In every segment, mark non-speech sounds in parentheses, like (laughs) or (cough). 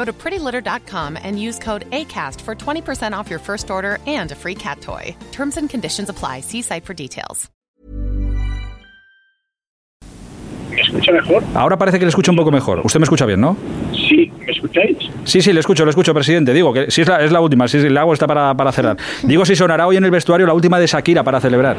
Go to prettylitter.com and use code ACAST for 20% off your first order and a free cat toy. Terms and conditions apply. See site for details. ¿Me escucha mejor? Ahora parece que le escucho un poco mejor. Usted me escucha bien, ¿no? Sí, ¿me escucháis? Sí, sí, le escucho, le escucho, presidente. Digo que si es la, es la última, si la hago está para, para cerrar. Digo si sonará hoy en el vestuario la última de Shakira para celebrar.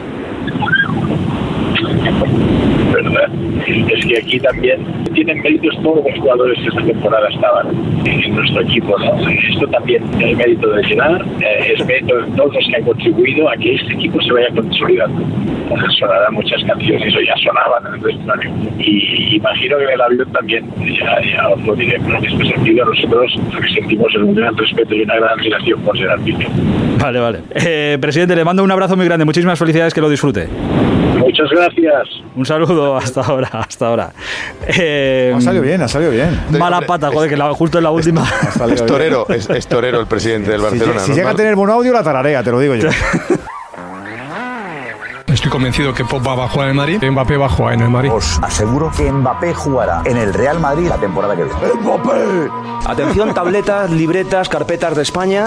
¿Verdad? Es que aquí también tienen méritos todos los jugadores que esta temporada estaban en nuestro equipo. ¿no? Esto también es mérito de Gerard, eh, es mérito de todos los que han contribuido a que este equipo se vaya consolidando. Entonces sonarán muchas canciones, o ya sonaban en el vestuario. Y imagino que en el avión también, ya, ya os lo diré, pero en este sentido nosotros lo que sentimos es un gran respeto y una gran admiración por Gerard Piqué. Vale, vale. Eh, presidente, le mando un abrazo muy grande. Muchísimas felicidades, que lo disfrute. Muchas gracias. Un saludo hasta ahora, hasta ahora. Eh, Ha salido bien, ha salido bien. Mala pata, joder, que la- justo en la última. Ha (laughs) salido Es bien. torero, es, es torero el presidente del Si, Barcelona. si ¿no? llega a tener buen audio, la tararea, te lo digo yo. Estoy convencido que Pop va a jugar en el Madrid, Mbappé va a jugar en el Madrid. Os aseguro que Mbappé jugará en el Real Madrid la temporada que viene. ¡Mbappé! Atención, tabletas, libretas, carpetas de España.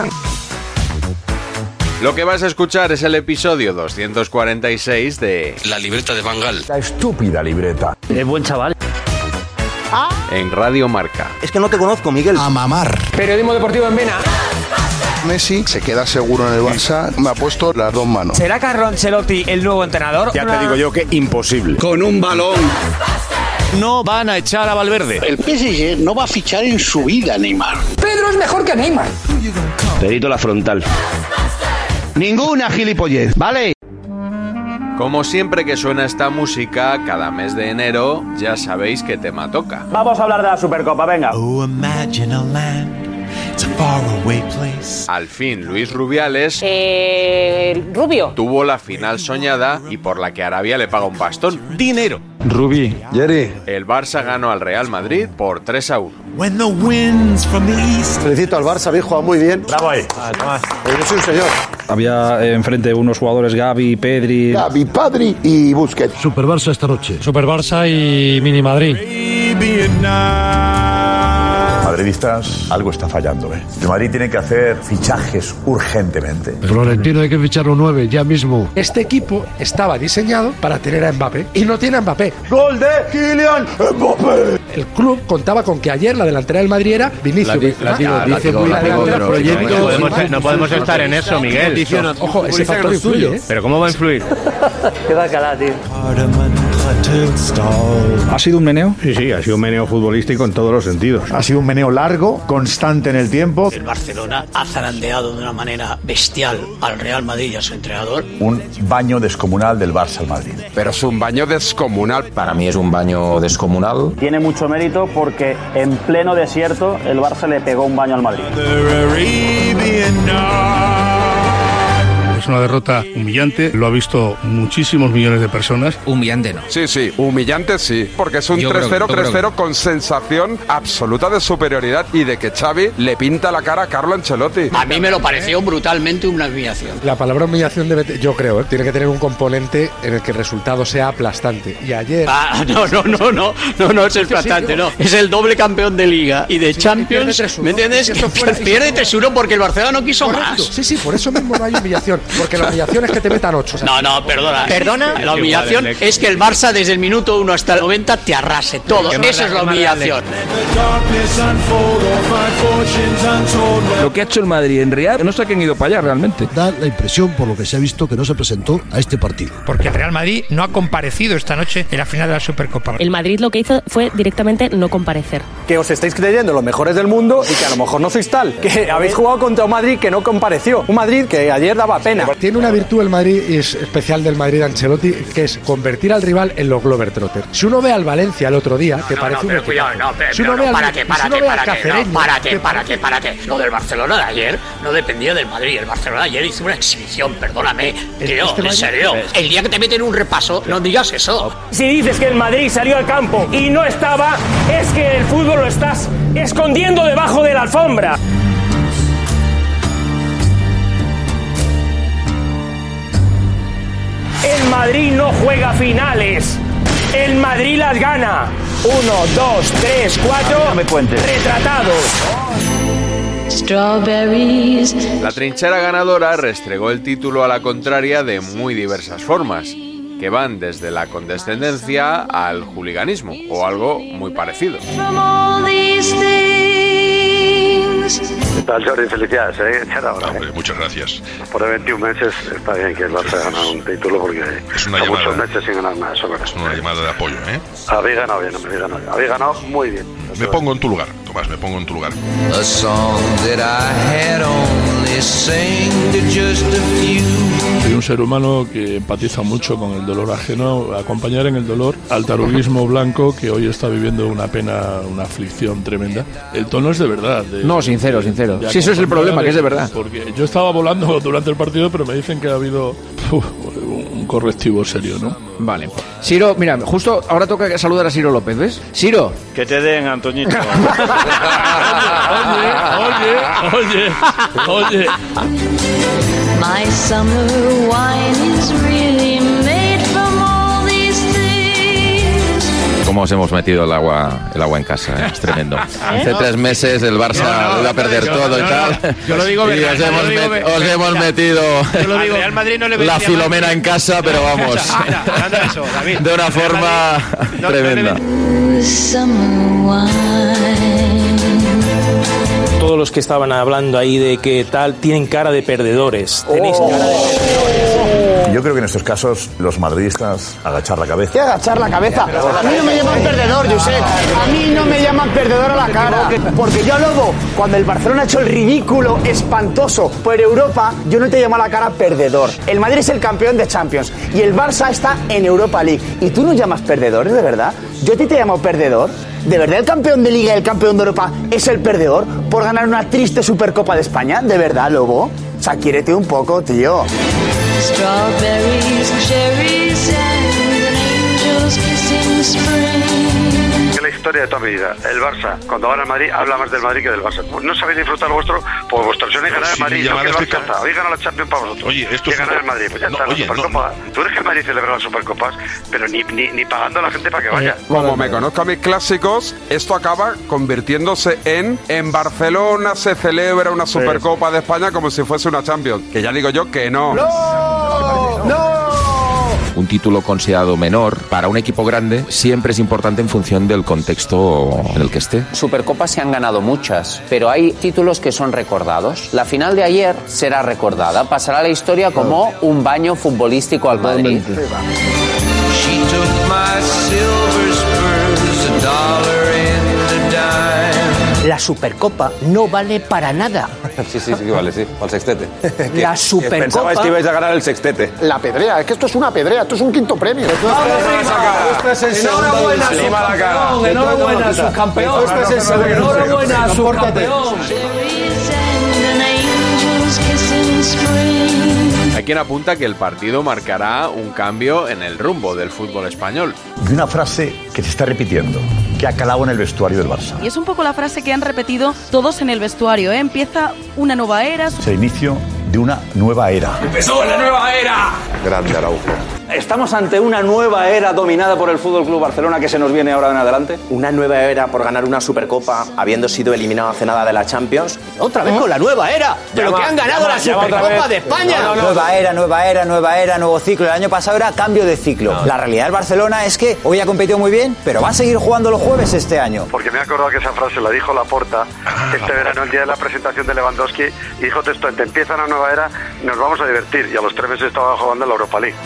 Lo que vas a escuchar es el episodio 246 de La libreta de Bangal. La estúpida libreta. Es buen chaval. En Radio Marca. Es que no te conozco, Miguel. Periodismo deportivo en Vena. Messi se queda seguro en el Barça. Me ha puesto las dos manos. ¿Será Carlo Ancelotti el nuevo entrenador? Ya te digo yo que imposible. Con un balón. No van a echar a Valverde. El PSG no va a fichar en su vida Neymar. Pedro es mejor que Neymar. Perito la frontal. Ninguna gilipollez, ¿vale? Como siempre que suena esta música, cada mes de enero, ya sabéis qué tema toca. Vamos a hablar de la Supercopa, venga. Al fin, Luis Rubiales Rubio. tuvo la final soñada y por la que Arabia le paga un bastón. Dinero. Rubí. El Barça ganó al Real Madrid por 3 a 1. Felicito al Barça, habéis jugado muy bien. Bravo ahí. Pero yo soy un señor. Había eh, enfrente unos jugadores, Gaby, Pedri. Gavi, Padri y Busquets. Super Barça esta noche. Super Barça y Mini Madrid. Madridistas, algo está fallando, ¿eh? El Madrid tiene que hacer fichajes urgentemente. Florentino hay que ficharlo nueve ya mismo. Este equipo estaba diseñado para tener a Mbappé y no tiene a Mbappé. ¡Gol de Kylian Mbappé! El club contaba con que ayer la delantera del Madrid era Vinicius. Benzema. Ah, dice muy la delantera, proyecto, Benzema. estar en eso, Miguel. Ojo, ese factor influye. ¿eh? Pero ¿cómo va a influir? Qué bacalá, tío. ¿Ha sido un meneo? Sí, sí, ha sido un meneo futbolístico en todos los sentidos. Ha sido un meneo largo, constante en el tiempo. Barcelona ha zarandeado de una manera bestial al Real Madrid y a su entrenador. Un baño descomunal del Barça al Madrid. Pero es un baño descomunal. Para mí es un baño descomunal. Tiene mucho mérito porque en pleno desierto el Barça le pegó un baño al Madrid. Es una derrota humillante, lo ha visto muchísimos millones de personas. Humillante no. Sí, sí, humillante sí, porque es un Yo creo que- 3-0, yo creo que- 3-0 con sensación absoluta de superioridad y de que Xavi le pinta la cara a Carlo Ancelotti. A mí me lo pareció brutalmente una humillación. La palabra humillación debe, te- yo creo, ¿eh? tiene que tener un componente en el que el resultado sea aplastante. Y ayer Ah, (laughs) no, no, no, no, no, no es el platante, no. Es el doble campeón de Liga y de pierde Champions. 3-1. ¿Me entiendes? Si esto fuera- Pierde 3-1 porque el Barcelona no quiso Correcto. más. Sí, sí, por eso mismo no hay humillación. Porque la humillación es que te metan 8. No, no, perdona. ¿Perdona? La humillación Igual, es que el Barça desde el minuto 1 hasta el 90 te arrase todo. Qué mala- Eso es la qué mala humillación. Lo que ha hecho el Madrid en Real, no sé a quién ha ido para allá realmente. Da la impresión, por lo que se ha visto, que no se presentó a este partido. Porque el Real Madrid no ha comparecido esta noche en la final de la Supercopa. El Madrid lo que hizo fue directamente no comparecer. Que os estáis creyendo los mejores del mundo y que a lo mejor no sois tal. (laughs) Que habéis jugado contra un Madrid que no compareció. Un Madrid que ayer daba pena. Tiene una virtud el Madrid y es especial del Madrid de Ancelotti, que es convertir al rival en los Glover Trotter. Si uno ve al Valencia el otro día, que parece un pero equipo. cuidado, no, pero, Si uno pero ve no, al- párate, si uno párate, ve al párate, no, Cacereño, párate, que- párate, párate. Lo del Barcelona de ayer no dependía del Madrid. El Barcelona de ayer hizo una exhibición, perdóname. Tío, este en Madrid- serio. El día que te meten un repaso, no digas eso. Si dices que el Madrid salió al campo y no estaba, es que el fútbol lo estás escondiendo debajo de la alfombra. El Madrid no juega finales. El Madrid las gana. Uno, dos, tres, cuatro. Retratados. Strawberries. La trinchera ganadora restregó el título a la contraria de muy diversas formas, que van desde la condescendencia al juliganismo, o algo muy parecido. ¿Qué tal, Jordi? Felicidades, ¿eh? muchas gracias. Por 21 meses está bien que el Barça ganar un título porque Es una a llamada. muchos meses sin ganar nada. Eso es una llamada de apoyo, ¿eh? Habéis ganado bien, habéis ganado bien. Habéis ganado muy bien. Me pongo en tu lugar, Tomás, me pongo en tu lugar. Soy un ser humano que empatiza mucho con el dolor ajeno, acompañar en el dolor al taruguismo blanco que hoy está viviendo una pena, una aflicción tremenda. El tono es de verdad. de- No, sincero, sincero. de Sí, eso es el acompañar, problema, que es de verdad. Porque yo estaba volando durante el partido, pero me dicen que ha habido uf, un correctivo serio, ¿no? Vale. Siro, mira, justo ahora toca saludar a Siro López, ¿ves? Siro. Que te den, (laughs) Antoñito. Oye, oye, oye. My summer wine is really made from all these things. ¿Cómo os hemos metido el agua, el agua en casa? eh? Es (laughs) tremendo. Hace tres meses el Barça lo iba a perder todo y tal. yo lo digo y verdad, os yo lo hemos, digo met- ver- os hemos verdad. metido (laughs) Al Real Madrid no le la vendría mal. filomena en casa, pero vamos, Mira, hablando de (laughs) eso, David. de una Al Real forma Madrid no- (laughs) no le tremenda. Summer wine. Todos los que estaban hablando ahí de que tal tienen cara de perdedores. Oh. Tenéis cara de Yo creo que en estos casos los madridistas agachar la cabeza. que agachar la cabeza. A mí no me llaman perdedor, Josep. A mí no me llaman perdedor a la cara. Porque yo, Lobo, cuando el Barcelona ha hecho el ridículo espantoso por Europa, yo no te llamo a la cara perdedor. El Madrid es el campeón de Champions y el Barça está en Europa League. ¿Y tú no llamas perdedores, de verdad? Yo a ti te llamo perdedor. ¿De verdad el campeón de Liga y el campeón de Europa es el perdedor por ganar una triste Supercopa de España? ¿De verdad, Lobo? O sea, quiérete un poco, tío. Strawberries, cherries, and an angel's kiss in spring. Es la historia de toda mi vida. El Barça, cuando gana el Madrid, habla más del Madrid que del Barça. Pues no sabéis disfrutar vuestro, pues vuestra opción es Pero ganar el si mi Madrid, no que el llamada es Barça que está. Habéis ganado la Champions para vosotros. Oye, esto Que es- ganar el Madrid, pues ya No, está, la oye, no, Supercopa. Tú eres que el Madrid celebra las Supercopas, pero ni, ni, ni pagando a la gente para que vaya. Eh, Como me conozco a mis clásicos, esto acaba convirtiéndose en en Barcelona se celebra una Supercopa de España como si fuese una Champions. Que ya digo yo que no. Un título considerado menor para un equipo grande siempre es importante en función del contexto en el que esté. Supercopas se han ganado muchas, pero hay títulos que son recordados. La final de ayer será recordada, pasará a la historia como un baño futbolístico al Madrid. La Supercopa no vale para nada. (laughs) Sí, sí, sí, que vale, sí. Al sextete. (laughs) La Supercopa- Pensabais que ibais a ganar el sextete. La pedrea, es que esto es una pedrea, esto es un quinto premio. Esto es el segundo división. Encima la cara. enhorabuena, subcampeón. Esto es el segundo Enhorabuena, división. subcampeón. Cherries and an angel's kiss in spring. Hay quien apunta que el partido marcará un cambio en el rumbo del fútbol español. Y una frase que se está repitiendo, que ha calado en el vestuario del Barça. Y es un poco la frase que han repetido todos en el vestuario. ¿eh? Empieza una nueva era. Es el inicio de una nueva era. Grande Araujo. ¿Estamos ante una nueva era dominada por el Fútbol Club Barcelona que se nos viene ahora en adelante? Una nueva era por ganar una Supercopa habiendo sido eliminado hace nada de la Champions. Otra ¿Eh? vez con la nueva era, pero que han ganado la Supercopa de España. Nueva era, nueva era, nueva era, nuevo ciclo. El año pasado era cambio de ciclo. La realidad del Barcelona es que hoy ha competido muy bien, pero va a seguir jugando los jueves este año. Porque me he acordado que esa frase la dijo Laporta este verano, el día de la presentación de Lewandowski, y dijo textualmente, empieza una nueva era, nos vamos a divertir. Y a los tres meses estaba jugando en la Europa League.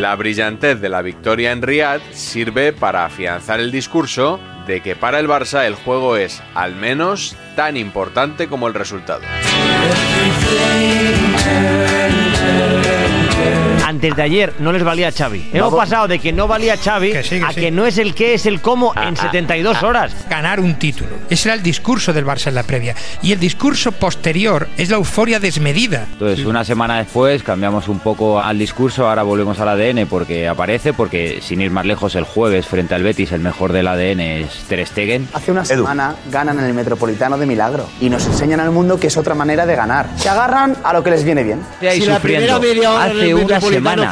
La brillantez de la victoria en Riyadh sirve para afianzar el discurso de que para el Barça el juego es, al menos, tan importante como el resultado. Antes de ayer no les valía Xavi. Hemos Vamos. pasado de que no valía Xavi a que no es el qué, es el cómo en 72 horas. Ah, Ganar un título. Ese era el discurso del Barça en la previa. Y el discurso posterior es la euforia desmedida. Entonces, una semana después cambiamos un poco al discurso, ahora volvemos al ADN porque aparece, porque sin ir más lejos, el jueves frente al Betis, el mejor del ADN es Ter Stegen. Hace una semana ganan en el Metropolitano de Milagro y nos enseñan al mundo que es otra manera de ganar. Se agarran a lo que les viene bien. ahí sufriendo. hace una semana,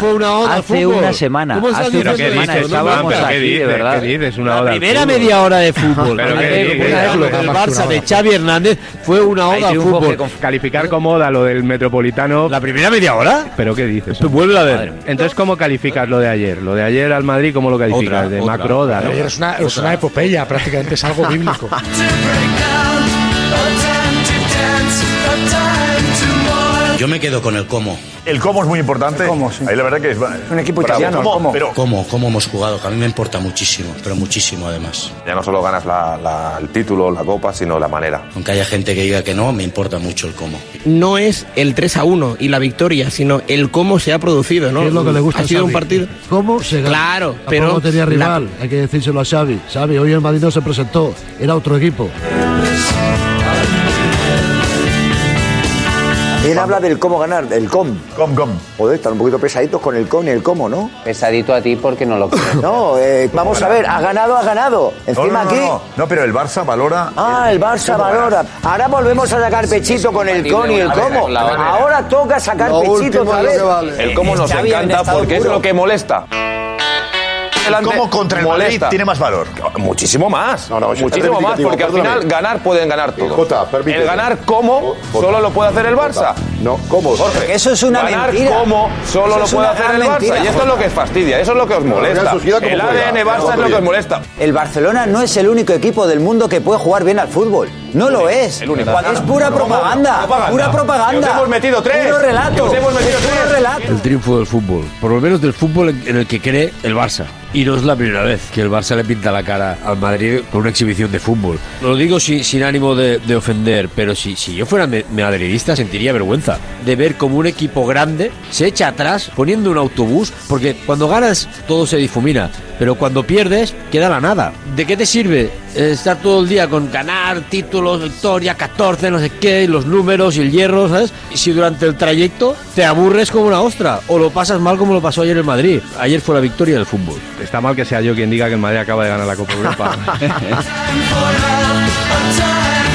hace una semana, ¿Cómo estás hace una diciendo semana esto? No, estábamos pero ¿qué aquí, de dices? verdad. ¿Qué dices? Una oda al primera fútbol. media hora (laughs) de fútbol. Pero ¿qué dices? El Barça de Xavi Hernández fue una oda al fútbol. Calificar como oda lo del Metropolitano. ¿La primera media hora? ¿Pero qué dices? Pues Vuelve a ver. Entonces, ¿cómo calificas lo de ayer? Lo de ayer al Madrid, ¿cómo lo calificas? de macro oda, ¿no? Es una, es una epopeya, prácticamente es algo bíblico. Yo me quedo con el cómo. El cómo es muy importante. Ahí la verdad que es un equipo italiano, el cómo. Pero cómo, cómo hemos jugado, que a mí me importa muchísimo, pero muchísimo además. Ya no solo ganas la- la- el título, la copa, sino la manera. Aunque haya gente que diga que no, me importa mucho el cómo. No es el 3 a 1 y la victoria, sino el cómo se ha producido, ¿no? ¿Qué es lo que le gusta Ha a sido un Xavi? partido. ¿Cómo se ganó? Claro, Tampoco pero tenía la- rival, hay que decírselo a Xavi. Xavi, hoy el Madrid no se presentó, era otro equipo. Él habla del cómo ganar, del com. Com, com. Joder, están un poquito pesaditos con el com y el cómo, ¿no? Pesadito a ti porque no lo creo. No, eh, vamos a ver, ha ganado, ha ganado. Encima Encima aquí. aquí. No, pero el Barça valora. Ah, el Barça valora. Ahora volvemos a sacar pechito con el con y el cómo. Ahora toca sacar Lo pechito último otra es lo vez. que vale. El cómo nos Xavi en encanta estado porque es puro. lo que molesta. El cómo contra el Madrid tiene más valor. Muchísimo más. yo- Muchísimo más, Replicativo, porque al perdóname. final ganar pueden ganar todos. Jota, permíteme. el ganar como Jota. solo lo puede hacer el Barça. Jota. No, ¿cómo? Jorge, Eso es una ganar mentira. como solo Eso lo es puede una hacer gran el Barça. mentira, Y esto es Jota. lo que os fastidia, eso es lo que os La Real molesta. Sociedad, ¿cómo El juega? ADN Barça es lo que os molesta. El Barcelona no es el único equipo del mundo que puede jugar bien al fútbol. No lo es. El único. Es pura Pero ¿cómo? propaganda. Propaganda. Pura propaganda. Que os hemos metido tres. Puro relato. Que os hemos metido Es puro tres. relato. El triunfo del fútbol, por lo menos del fútbol en- en el que cree el Barça. Y no es la primera vez que el Barça le pinta la cara al Madrid con una exhibición de fútbol. Lo digo sin, sin ánimo de, de ofender, pero si, si yo fuera me- madridista sentiría vergüenza de ver como un equipo grande se echa atrás poniendo un autobús, porque cuando ganas todo se difumina, pero cuando pierdes queda la nada. ¿De qué te sirve eh, estar todo el día con ganar, títulos, victoria, 14, no sé qué, y los números y el hierro, ¿sabes? Y si durante el trayecto te aburres como una ostra o lo pasas mal como lo pasó ayer en Madrid. Ayer fue la victoria del fútbol. Está mal que sea yo quien diga que el Madrid acaba de ganar la Copa Europa. (laughs)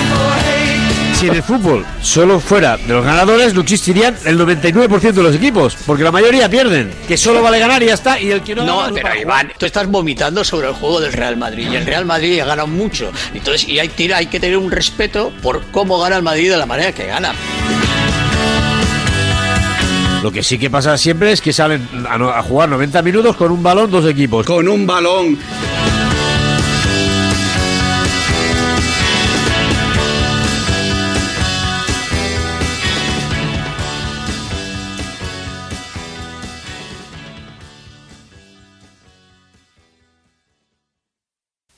Si en el fútbol solo fuera de los ganadores, no existirían el 99% de los equipos, porque la mayoría pierden. Que solo vale ganar y ya está, y el que no... No, gana, pero Iván, tú estás vomitando sobre el juego del Real Madrid y el Real Madrid ha ganado mucho. Entonces, y hay, tira, hay que tener un respeto por cómo gana el Madrid de la manera que gana. Lo que sí que pasa siempre es que salen a, no- a jugar 90 minutos con un balón dos equipos. Con un balón.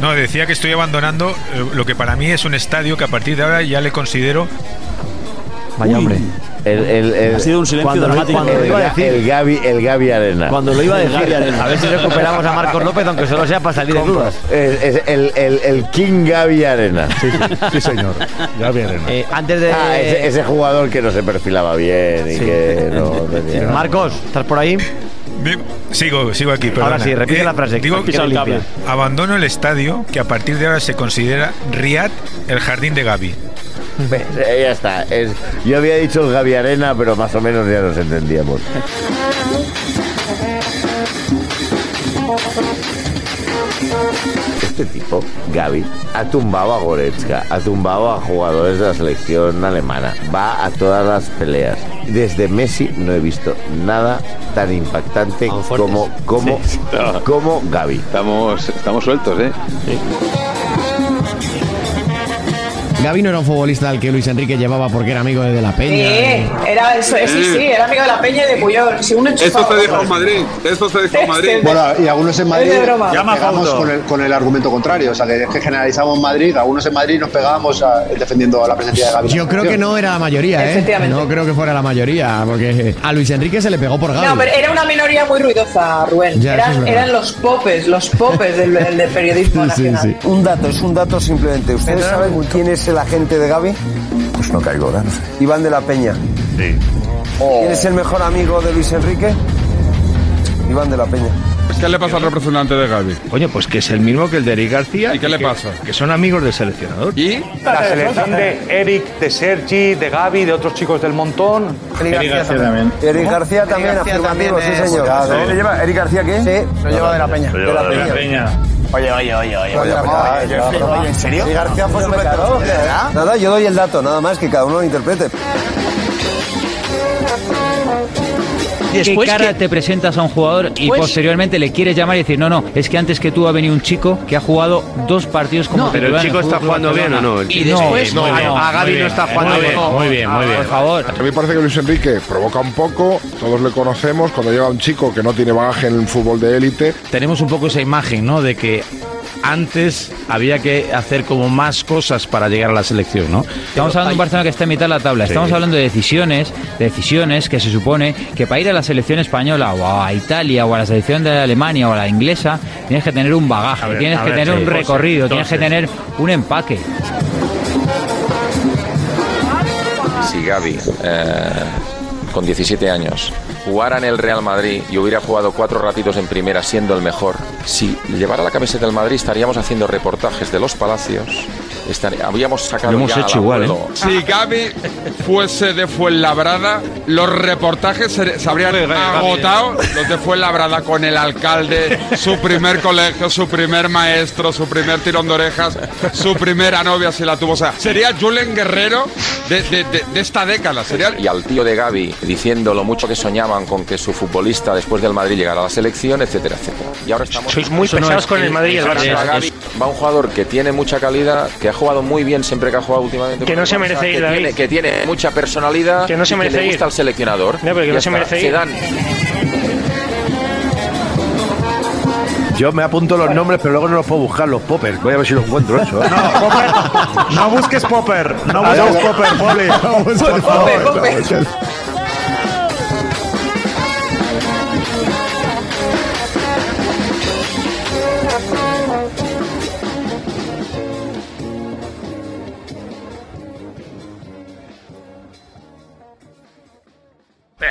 No, decía que estoy abandonando eh, lo que para mí es un estadio que a partir de ahora ya le considero. Vaya hombre. El, el- el- Ha sido un silencio cuando lo- dramático. cuando lo iba a decir. El Gaby, el Gaby Arena. Cuando lo iba a decir. Gaby Arena. A ver si recuperamos a Marcos López, aunque solo sea para salir de dudas. El, el- el- el- el King Gaby Arena. Sí, señor. Gaby Arena. antes de- Ah, ese, ese jugador que no se perfilaba bien y que no (laughs) tenía- Marcos, ¿estás por ahí? Sigo, sigo aquí, perdona. Ahora sí, repite Eh, la frase. Digo que el cable. abandono el estadio que a partir de ahora se considera Riad el jardín de Gaby. (laughs) Ves, eh, Ya está. Es- yo había dicho Gaby Arena, pero más o menos ya nos entendíamos. Este tipo, Gaby, ha tumbado a Goretzka, ha tumbado a jugadores de la selección alemana, va a todas las peleas. Desde Messi no he visto nada tan impactante como, como, como Gaby. Estamos, estamos sueltos, ¿eh? Gaby no era un futbolista al que Luis Enrique llevaba porque era amigo de De La Peña. Sí, era eso, eh, sí, sí, era amigo de la Peña y de Puyol. Si uno enchufaba- Madrid. Esto se dejó Este en Madrid. Bueno, y algunos en Es Madrid de broma. Llama a pegamos Fausto. con el, con el argumento contrario. O sea, que es que generalizamos Madrid, algunos en Madrid nos pegábamos a- defendiendo la presencia de Gaby. Yo creo que no era la mayoría, ¿eh? No creo que fuera la mayoría, porque a Luis Enrique se le pegó por Gaby. No, pero era una minoría muy ruidosa, Rubén. Ya, eso eran, es verdad. eran los popes, los popes del, del- del (laughs) periodismo nacional. Un dato, es un dato simplemente. ¿Ustedes saben quién es el agente de Gaby? Pues no caigo, ¿verdad? Iván de la Peña. Sí. ¿Quién es el mejor amigo de Luis Enrique? Iván de la Peña. ¿Qué le pasa al representante de Gaby? Coño, pues que es el mismo que el de Eric García. ¿Y qué le pasa? Que son amigos del seleccionador. ¿Y? La selección de Eric, de Sergi, de Gaby, de otros chicos del montón. Eric García ¿Cómo? también, Eric García afirmativo, también sí es- señor. Claro. ¿También le lleva? ¿Eric García qué? Sí, lo lleva de la Peña. De la Peña. Oye, oye, oye, oye. oye, oye, oye, oye, ¿En serio? Eric García fue No, súper claro, top, ¿verdad? Nada, yo doy el dato, nada más que cada uno lo interprete. ¿Qué Después cara que- te presentas a un jugador y Pues- posteriormente le quieres llamar y decir, no, no, es que antes que tú ha venido un chico que ha jugado dos partidos como No, pero el titular en chico está Fútbol Club jugando bien o Barcelona". no. El Y chico- después, no, no, a Gaby no está jugando Ah, bien. Muy bien, muy bien. Por favor. A mí me parece que Luis Enrique provoca un poco, todos le conocemos, cuando llega un chico que no tiene bagaje en el fútbol de élite. Tenemos un poco esa imagen, ¿no? De que antes había que hacer como más cosas para llegar a la selección, ¿no? Estamos hablando de un Barcelona que está en mitad de la tabla. Sí. Estamos hablando de decisiones, de decisiones que se supone que para ir a la selección española o a Italia o a la selección de Alemania o a la inglesa tienes que tener un bagaje, ver, tienes a que ver, tener sí. un pues, recorrido, tienes que Entonces. tener un empaque. Si Gaby, eh, con 17 años, jugara en el Real Madrid y hubiera jugado cuatro ratitos en primera siendo el mejor, si llevara la camiseta del Madrid estaríamos haciendo reportajes de los palacios, estar- habríamos sacado Lo hemos ya al hecho pues igual, abuelo. Si Gaby fuese de Fuenlabrada, los reportajes se, se habrían agotado. Los de Fuenlabrada con el alcalde, su primer colegio, su primer maestro, su primer tirón de orejas, su primera novia si la tuvo. O sea, sería Julen Guerrero de, de- de- de esta década. Sería Y al tío de Gaby diciendo lo mucho que soñaban con que su futbolista después del Madrid llegara a la selección, etcétera, etcétera. Y ahora estamos. Sois muy Eso no pesados es- con el Madrid y el Barça. sacando a Gavi. Va un jugador que tiene mucha calidad, que ha jugado muy bien siempre que ha jugado últimamente. Que no con el se Barça, merece ir, que David. tiene, que tiene mucha personalidad. Que no se y merece le gusta ir. al seleccionador. No, pero que Ya no se está. merece ir. Zidane, Yo me apunto los nombres, pero luego no los puedo buscar, los poppers. Voy a ver si los encuentro eso. ¿eh? No busques Popper, no A ver, busques a ver. Popper, Poli. Por favor.